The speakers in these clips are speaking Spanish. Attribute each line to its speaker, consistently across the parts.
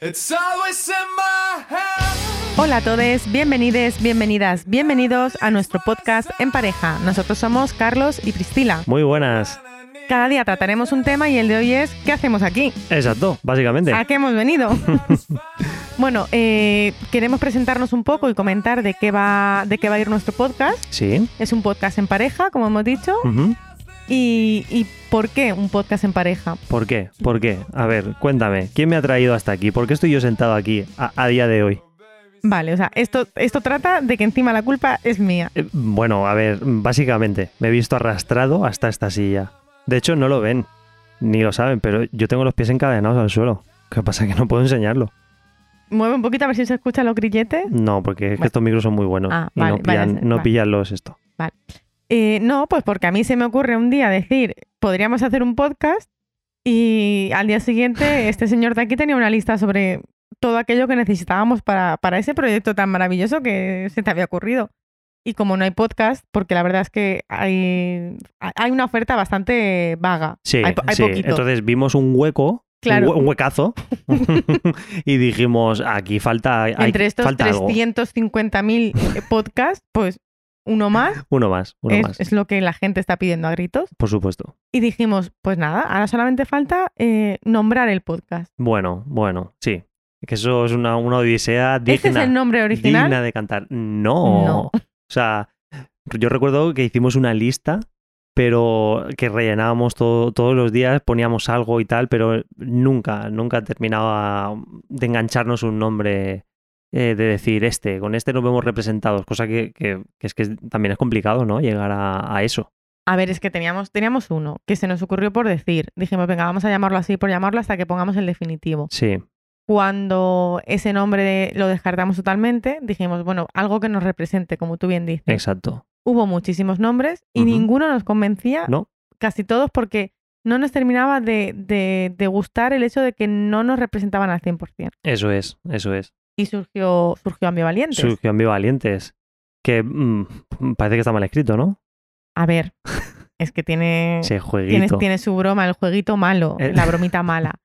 Speaker 1: It's always in my head.
Speaker 2: Hola a todos, bienvenides, bienvenidas, bienvenidos a nuestro podcast En Pareja. Nosotros somos Carlos y Priscila.
Speaker 3: Muy buenas.
Speaker 2: Cada día trataremos un tema y el de hoy es ¿qué hacemos aquí?
Speaker 3: Exacto, básicamente.
Speaker 2: ¿A qué hemos venido? bueno, eh, queremos presentarnos un poco y comentar de qué va, de qué va a ir nuestro podcast.
Speaker 3: Sí.
Speaker 2: Es un podcast en pareja, como hemos dicho.
Speaker 3: Ujú.
Speaker 2: ¿Y, y por qué un podcast en pareja?
Speaker 3: ¿Por qué? ¿Por qué? A ver, cuéntame, ¿quién me ha traído hasta aquí? ¿Por qué estoy yo sentado aquí a, a día de hoy?
Speaker 2: Vale, o sea, esto, esto trata de que encima la culpa es mía.
Speaker 3: Eh, bueno, a ver, básicamente me he visto arrastrado hasta esta silla. De hecho, no lo ven, ni lo saben, pero yo tengo los pies encadenados al suelo. ¿Qué pasa? Que no puedo enseñarlo.
Speaker 2: Mueve un poquito a ver si se escuchan los grilletes.
Speaker 3: No, porque es que
Speaker 2: Vale.
Speaker 3: estos micros son muy buenos
Speaker 2: Ah,
Speaker 3: y
Speaker 2: vale,
Speaker 3: no, pillan,
Speaker 2: vale,
Speaker 3: no
Speaker 2: vale.
Speaker 3: pillan los esto.
Speaker 2: Eh, no, pues porque a mí se me ocurre un día decir, podríamos hacer un podcast y al día siguiente este señor de aquí tenía una lista sobre todo aquello que necesitábamos para, para ese proyecto tan maravilloso que se te había ocurrido. Y como no hay podcast, porque la verdad es que hay, hay una oferta bastante vaga.
Speaker 3: Sí,
Speaker 2: hay, po- hay
Speaker 3: sí.
Speaker 2: poquito.
Speaker 3: Entonces vimos un hueco.
Speaker 2: Claro.
Speaker 3: Un hue- un huecazo. y dijimos, aquí falta, hay-
Speaker 2: Entre estos
Speaker 3: falta algo.
Speaker 2: 350.000 eh, podcasts, pues uno más,
Speaker 3: Uno más, uno
Speaker 2: es,
Speaker 3: más.
Speaker 2: es lo que la gente está pidiendo a gritos.
Speaker 3: Por supuesto.
Speaker 2: Y dijimos, pues nada, ahora solamente falta eh, nombrar el podcast.
Speaker 3: Bueno, bueno, sí. Que eso es una, una odisea digna.
Speaker 2: ¿Este es el nombre original?
Speaker 3: Digna de cantar. No.
Speaker 2: No.
Speaker 3: O sea, yo recuerdo que hicimos una lista, pero que rellenábamos todo- todos los días, poníamos algo y tal, pero nunca, nunca terminaba de engancharnos un nombre. eh, de decir este, con este nos vemos representados, cosa que, que- que es que es- también es complicado, ¿no? Llegar a, a eso.
Speaker 2: A ver, es que teníamos, teníamos uno que se nos ocurrió por decir. Dijimos, venga, vamos a llamarlo así por llamarlo hasta que pongamos el definitivo.
Speaker 3: Sí,
Speaker 2: Cuando ese nombre de- lo descartamos totalmente, dijimos, bueno, algo que nos represente, como tú bien dices.
Speaker 3: exacto.
Speaker 2: Hubo muchísimos nombres y
Speaker 3: Ujú.
Speaker 2: ninguno nos convencía,
Speaker 3: No.
Speaker 2: casi todos, porque no nos terminaba de, de- de gustar el hecho de que no nos representaban al 100%.
Speaker 3: Eso es, eso es.
Speaker 2: Y surgió, surgió Ambivalentes.
Speaker 3: Surgió Ambivalentes. Que mm, parece que está mal escrito, ¿no?
Speaker 2: A ver, es que tiene...
Speaker 3: Ese
Speaker 2: Mm. Tienes-
Speaker 3: jueguito.
Speaker 2: tiene su broma, el jueguito malo,
Speaker 3: Eh.
Speaker 2: la bromita mala.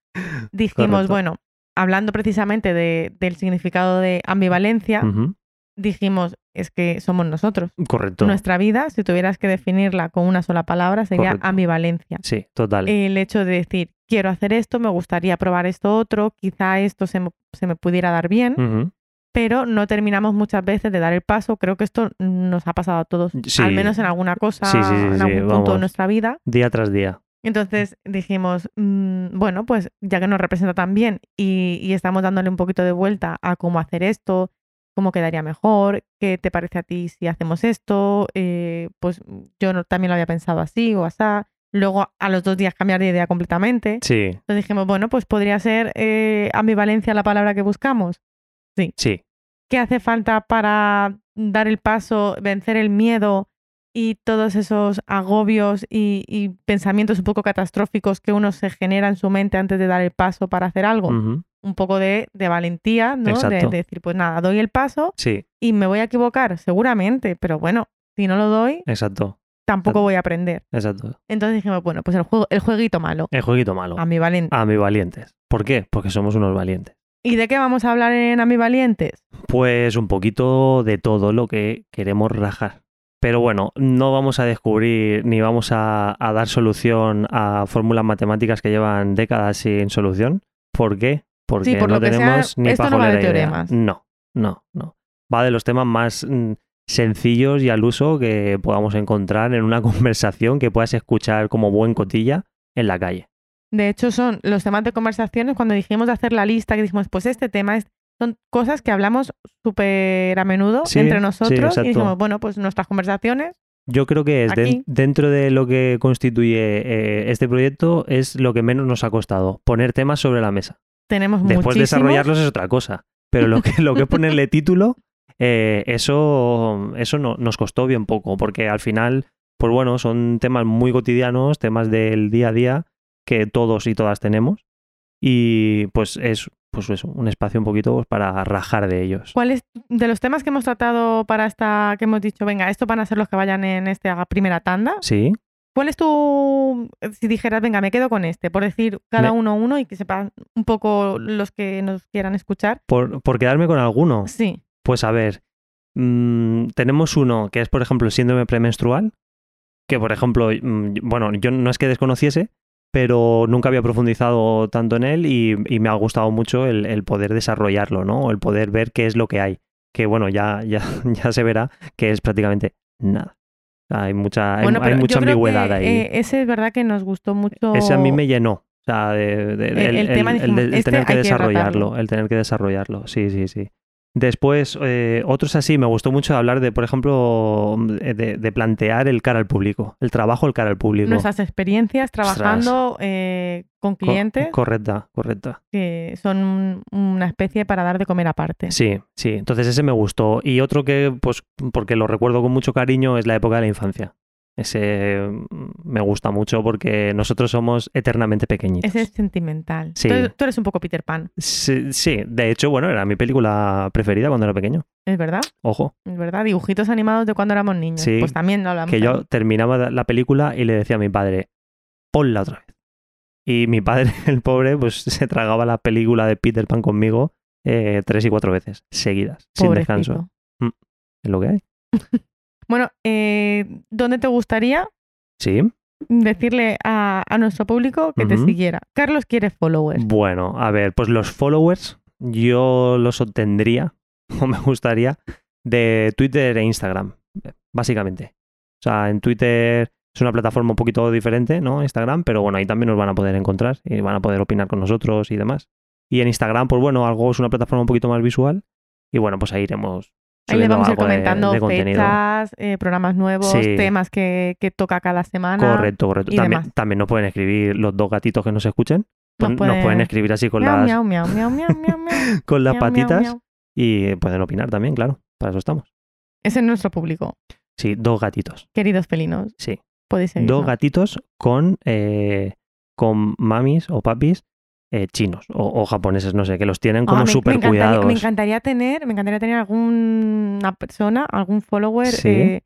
Speaker 2: Dijimos,
Speaker 3: Correcto.
Speaker 2: bueno, hablando precisamente de- del significado de ambivalencia,
Speaker 3: Ujú,
Speaker 2: dijimos, es que somos nosotros.
Speaker 3: Correcto.
Speaker 2: Nuestra vida, si tuvieras que definirla con una sola palabra, sería
Speaker 3: Correcto.
Speaker 2: ambivalencia.
Speaker 3: Sí, total.
Speaker 2: El hecho de decir, quiero hacer esto, me gustaría probar esto otro, quizá esto se me, se me pudiera dar bien,
Speaker 3: Ujú.
Speaker 2: pero no terminamos muchas veces de dar el paso. Creo que esto nos ha pasado a todos,
Speaker 3: Sí.
Speaker 2: al menos en alguna cosa,
Speaker 3: Sí, sí, sí,
Speaker 2: en
Speaker 3: sí,
Speaker 2: algún punto de
Speaker 3: vamos.
Speaker 2: nuestra vida.
Speaker 3: Día tras día.
Speaker 2: Entonces dijimos, mm, bueno, pues ya que nos representa tan bien y, y estamos dándole un poquito de vuelta a cómo hacer esto, cómo quedaría mejor, qué te parece a ti si hacemos esto, eh, pues yo no- también lo había pensado así o así. Luego a los dos días cambiar de idea completamente.
Speaker 3: Sí,
Speaker 2: Entonces dijimos, bueno, pues podría ser eh, ambivalencia la palabra que buscamos.
Speaker 3: sí.
Speaker 2: ¿Qué hace falta para dar el paso, vencer el miedo y todos esos agobios y, y pensamientos un poco catastróficos que uno se genera en su mente antes de dar el paso para hacer algo?
Speaker 3: Ujú,
Speaker 2: Un poco de, de valentía, ¿no? De,
Speaker 3: Mm. Exacto.
Speaker 2: de decir, pues nada, doy el paso
Speaker 3: Sí,
Speaker 2: y me voy a equivocar, seguramente, pero bueno, si no lo doy,
Speaker 3: exacto.
Speaker 2: tampoco voy a aprender.
Speaker 3: Exacto.
Speaker 2: Entonces dijimos, bueno, pues el, juego, el jueguito malo,
Speaker 3: El jueguito malo.
Speaker 2: Ambivalente.
Speaker 3: Ambivalientes. ¿Por qué? Porque somos unos valientes.
Speaker 2: ¿Y de qué vamos a hablar en Ambivalientes?
Speaker 3: Pues un poquito de todo lo que queremos rajar. Pero bueno, no vamos a descubrir ni vamos a, a dar solución a fórmulas matemáticas que llevan décadas sin solución. ¿Por qué? Porque
Speaker 2: Sí, por
Speaker 3: no
Speaker 2: lo que sea,
Speaker 3: tenemos ni
Speaker 2: esto no va de
Speaker 3: pajolera idea.
Speaker 2: teoremas.
Speaker 3: No, no, no. Va de los temas más mm, sencillos y al uso que podamos encontrar en una conversación que puedas escuchar como buen cotilla en la calle.
Speaker 2: De hecho, son los temas de conversaciones cuando dijimos de hacer la lista, que dijimos, pues este tema es, son cosas que hablamos súper a menudo
Speaker 3: Sí,
Speaker 2: entre
Speaker 3: sí,
Speaker 2: nosotros y
Speaker 3: exacto.
Speaker 2: dijimos, bueno, pues nuestras conversaciones,
Speaker 3: Yo creo que es den-
Speaker 2: Aquí.
Speaker 3: dentro de lo que constituye eh, este proyecto es lo que menos nos ha costado, poner temas sobre la mesa.
Speaker 2: tenemos
Speaker 3: Después de
Speaker 2: muchísimos.
Speaker 3: desarrollarlos es otra cosa, pero lo que, lo que es ponerle título, eh, eso, eso no- nos costó bien poco, porque al final, pues bueno, son temas muy cotidianos, temas del día a día que todos y todas tenemos, y pues es pues eso, un espacio un poquito pues, para rajar de ellos.
Speaker 2: ¿Cuál es de los temas que hemos tratado para esta, que hemos dicho, venga, estos van a ser los que vayan en esta este primera tanda?
Speaker 3: Sí,
Speaker 2: ¿Cuál es tu. Si dijeras, venga, me quedo con este, por decir cada
Speaker 3: Me-
Speaker 2: uno uno y que sepan un poco los que nos quieran escuchar.
Speaker 3: Por, por quedarme con alguno.
Speaker 2: Sí.
Speaker 3: Pues a ver, mm, tenemos uno que es, por ejemplo, el síndrome premenstrual, que, por ejemplo, mm, yo- bueno, yo no es que desconociese, pero nunca había profundizado tanto en él y, y me ha gustado mucho el, el poder desarrollarlo, ¿no? El poder ver qué es lo que hay. Que, bueno, ya, ya, ya se verá que es prácticamente nada. Hay mucha, hay- hay,
Speaker 2: pero yo
Speaker 3: mucha
Speaker 2: creo
Speaker 3: ambigüedad
Speaker 2: que,
Speaker 3: ahí.
Speaker 2: eh, ese es verdad que nos gustó mucho.
Speaker 3: Ese a mí me llenó. O sea, de- de-
Speaker 2: E, El- el tema
Speaker 3: de-
Speaker 2: dijimos,
Speaker 3: el
Speaker 2: "Este
Speaker 3: tener que
Speaker 2: hay que
Speaker 3: desarrollarlo.
Speaker 2: tratarlo".
Speaker 3: el tener que desarrollarlo. Sí, sí, sí. Después, eh, otros así, me gustó mucho hablar de, por ejemplo, de, de plantear el cara al público, el trabajo el cara al público.
Speaker 2: Nuestras experiencias
Speaker 3: Ostras.
Speaker 2: trabajando eh, con
Speaker 3: Co-
Speaker 2: clientes
Speaker 3: correcta, correcta.
Speaker 2: que son un- una especie para dar de comer aparte.
Speaker 3: Sí, sí. Entonces ese me gustó. Y otro que, pues, porque lo recuerdo con mucho cariño, es la época de la infancia. Ese mm, me gusta mucho porque nosotros somos eternamente pequeñitos.
Speaker 2: Ese es sentimental.
Speaker 3: pues. Sí.
Speaker 2: Tú, eres- tú eres un poco Peter Pan,
Speaker 3: Sí, sí, de hecho, bueno, era mi película preferida cuando era pequeño.
Speaker 2: ¿es verdad?
Speaker 3: Ojo,
Speaker 2: ¿Es verdad? Dibujitos animados de cuando éramos niños.
Speaker 3: Sí,
Speaker 2: Pues también lo hablamos.
Speaker 3: que yo terminaba la película y le decía a mi padre, ponla otra vez. Y mi padre, el pobre, pues se tragaba la película de Peter Pan conmigo eh, tres y cuatro veces, seguidas,
Speaker 2: Pobrecito.
Speaker 3: sin descanso. ¿Es lo que hay?
Speaker 2: Bueno, eh, ¿dónde te gustaría
Speaker 3: Sí.
Speaker 2: decirle a, a nuestro público que te
Speaker 3: Ujú.
Speaker 2: siguiera? Carlos quiere followers.
Speaker 3: Bueno, a ver, pues los followers yo los obtendría, o me gustaría, de Twitter e Instagram, básicamente. O sea, en Twitter es una plataforma un poquito diferente, ¿no? Instagram, pero bueno, ahí también nos van a poder encontrar y van a poder opinar con nosotros y demás. Y en Instagram, pues bueno, algo es una plataforma un poquito más visual y bueno, pues ahí iremos.
Speaker 2: Ahí les
Speaker 3: subiendo
Speaker 2: vamos a ir
Speaker 3: algo de-
Speaker 2: comentando
Speaker 3: de contenido.
Speaker 2: fechas, eh, programas nuevos,
Speaker 3: Sí.
Speaker 2: temas que, que toca cada semana.
Speaker 3: Correcto, correcto.
Speaker 2: y
Speaker 3: También,
Speaker 2: demás.
Speaker 3: también nos pueden escribir los dos gatitos que nos escuchen. Pues
Speaker 2: Nos
Speaker 3: Nos pueden,
Speaker 2: pueden-
Speaker 3: escribir así con
Speaker 2: Miau,
Speaker 3: las,
Speaker 2: miau, miau, miau, miau, miau, miau,
Speaker 3: con las
Speaker 2: miau, miau,
Speaker 3: patitas.
Speaker 2: miau.
Speaker 3: Y pueden opinar también, claro. Para eso estamos.
Speaker 2: Ese es nuestro público,
Speaker 3: Sí, dos gatitos.
Speaker 2: queridos felinos.
Speaker 3: Sí.
Speaker 2: Podéis seguir.
Speaker 3: Dos gatitos con, eh, con mamis o papis eh, chinos o, o japoneses, no sé, que los tienen como súper cuidados.
Speaker 2: Ah, Oh, Me encantaría tener, me encantaría tener alguna persona, algún follower.
Speaker 3: Sí.
Speaker 2: eh,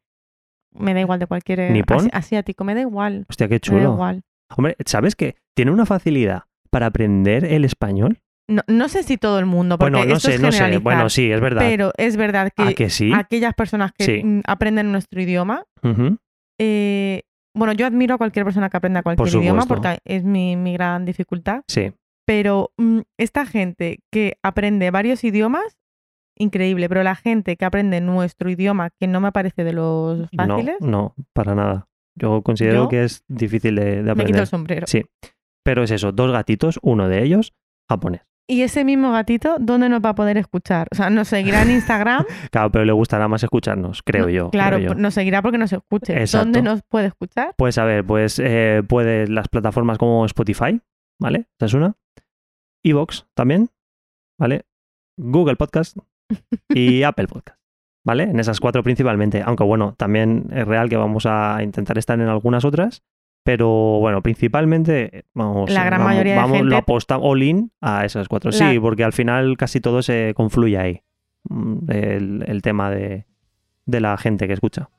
Speaker 2: me da igual de cualquier eh,
Speaker 3: ¿Nipón?
Speaker 2: asi- asiático, me da igual.
Speaker 3: Hostia, qué
Speaker 2: Me da
Speaker 3: chulo.
Speaker 2: igual.
Speaker 3: Hombre, ¿sabes qué? Tiene una facilidad para aprender el español.
Speaker 2: No, no sé si todo el mundo, porque
Speaker 3: bueno, no
Speaker 2: esto
Speaker 3: sé,
Speaker 2: es
Speaker 3: no sé.
Speaker 2: generalizar,
Speaker 3: Bueno, sí, es verdad.
Speaker 2: pero es verdad que,
Speaker 3: ¿A que sí?
Speaker 2: aquellas personas que
Speaker 3: Sí.
Speaker 2: mm, aprenden nuestro idioma,
Speaker 3: Ujú.
Speaker 2: eh, bueno, yo admiro a cualquier persona que aprenda cualquier idioma
Speaker 3: supuesto.
Speaker 2: porque es mi, mi gran dificultad,
Speaker 3: Sí,
Speaker 2: pero mm, esta gente que aprende varios idiomas, increíble, pero la gente que aprende nuestro idioma, que no me parece de los
Speaker 3: no,
Speaker 2: fáciles,
Speaker 3: no, para nada. Yo considero
Speaker 2: Yo
Speaker 3: que es difícil de,
Speaker 2: me
Speaker 3: de
Speaker 2: quito
Speaker 3: aprender.
Speaker 2: el sombrero.
Speaker 3: Sí. Pero es eso, dos gatitos, uno de ellos japonés.
Speaker 2: Y ese mismo gatito, ¿dónde nos va a poder escuchar? O sea, nos seguirá en Instagram,
Speaker 3: Claro, pero le gustará más escucharnos, creo yo.
Speaker 2: claro, pues
Speaker 3: creo yo.
Speaker 2: nos seguirá porque nos escuche.
Speaker 3: Exacto.
Speaker 2: ¿Dónde nos puede escuchar?
Speaker 3: Pues a ver, pues eh, puedes las plataformas como Spotify, ¿vale? Esa es una. Evox también, ¿vale? Google Podcast y Apple Podcast, ¿vale? En esas cuatro principalmente. Aunque bueno, también es real que vamos a intentar estar en algunas otras. Pero bueno, principalmente eh, vamos,
Speaker 2: La gran
Speaker 3: vamos,
Speaker 2: mayoría de
Speaker 3: vamos, lo
Speaker 2: gente-
Speaker 3: apostamos all in a esas cuatro.
Speaker 2: La-
Speaker 3: Sí, porque al final casi todo se confluye ahí. Mm, El, el tema de, de la gente que escucha.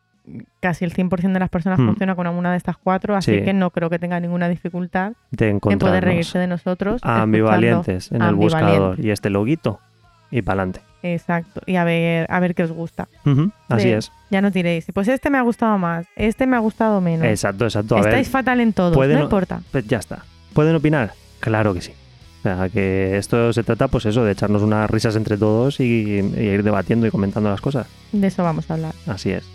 Speaker 2: Casi el 100% de las personas
Speaker 3: Hmm.
Speaker 2: funciona con alguna de estas cuatro, así
Speaker 3: Sí.
Speaker 2: que no creo que tenga ninguna dificultad.
Speaker 3: De
Speaker 2: en
Speaker 3: encontrarnos.
Speaker 2: poder reírse de nosotros.
Speaker 3: Ah,
Speaker 2: escuchando.
Speaker 3: ambivalientes en el
Speaker 2: Ambivalentes.
Speaker 3: buscador y este loguito y para adelante.
Speaker 2: Exacto. Y a ver, a ver qué os gusta.
Speaker 3: Así
Speaker 2: Sí.
Speaker 3: es.
Speaker 2: Ya nos diréis, pues este me ha gustado más, este me ha gustado menos.
Speaker 3: Exacto, exacto. A
Speaker 2: Estáis
Speaker 3: ver,
Speaker 2: fatal en todo,
Speaker 3: puede
Speaker 2: no,
Speaker 3: no-
Speaker 2: importa.
Speaker 3: pues ya está. ¿Pueden opinar? Claro que sí. O sea, que esto se trata, pues eso, de echarnos unas risas entre todos y, y ir debatiendo y comentando las cosas.
Speaker 2: De eso vamos a hablar.
Speaker 3: Así es.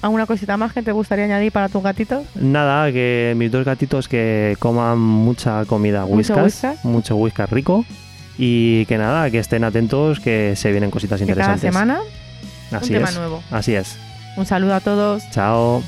Speaker 2: ¿Alguna cosita más que te gustaría añadir para tus gatitos?
Speaker 3: Nada, que mis dos gatitos que coman mucha comida
Speaker 2: Mucho
Speaker 3: whiskas,
Speaker 2: whiskas.
Speaker 3: mucho whiskas rico y que nada, que estén atentos que se vienen cositas
Speaker 2: Que cada
Speaker 3: interesantes.
Speaker 2: semana
Speaker 3: Así
Speaker 2: un tema
Speaker 3: es.
Speaker 2: nuevo.
Speaker 3: Así es.
Speaker 2: Un saludo a todos.
Speaker 3: Chao.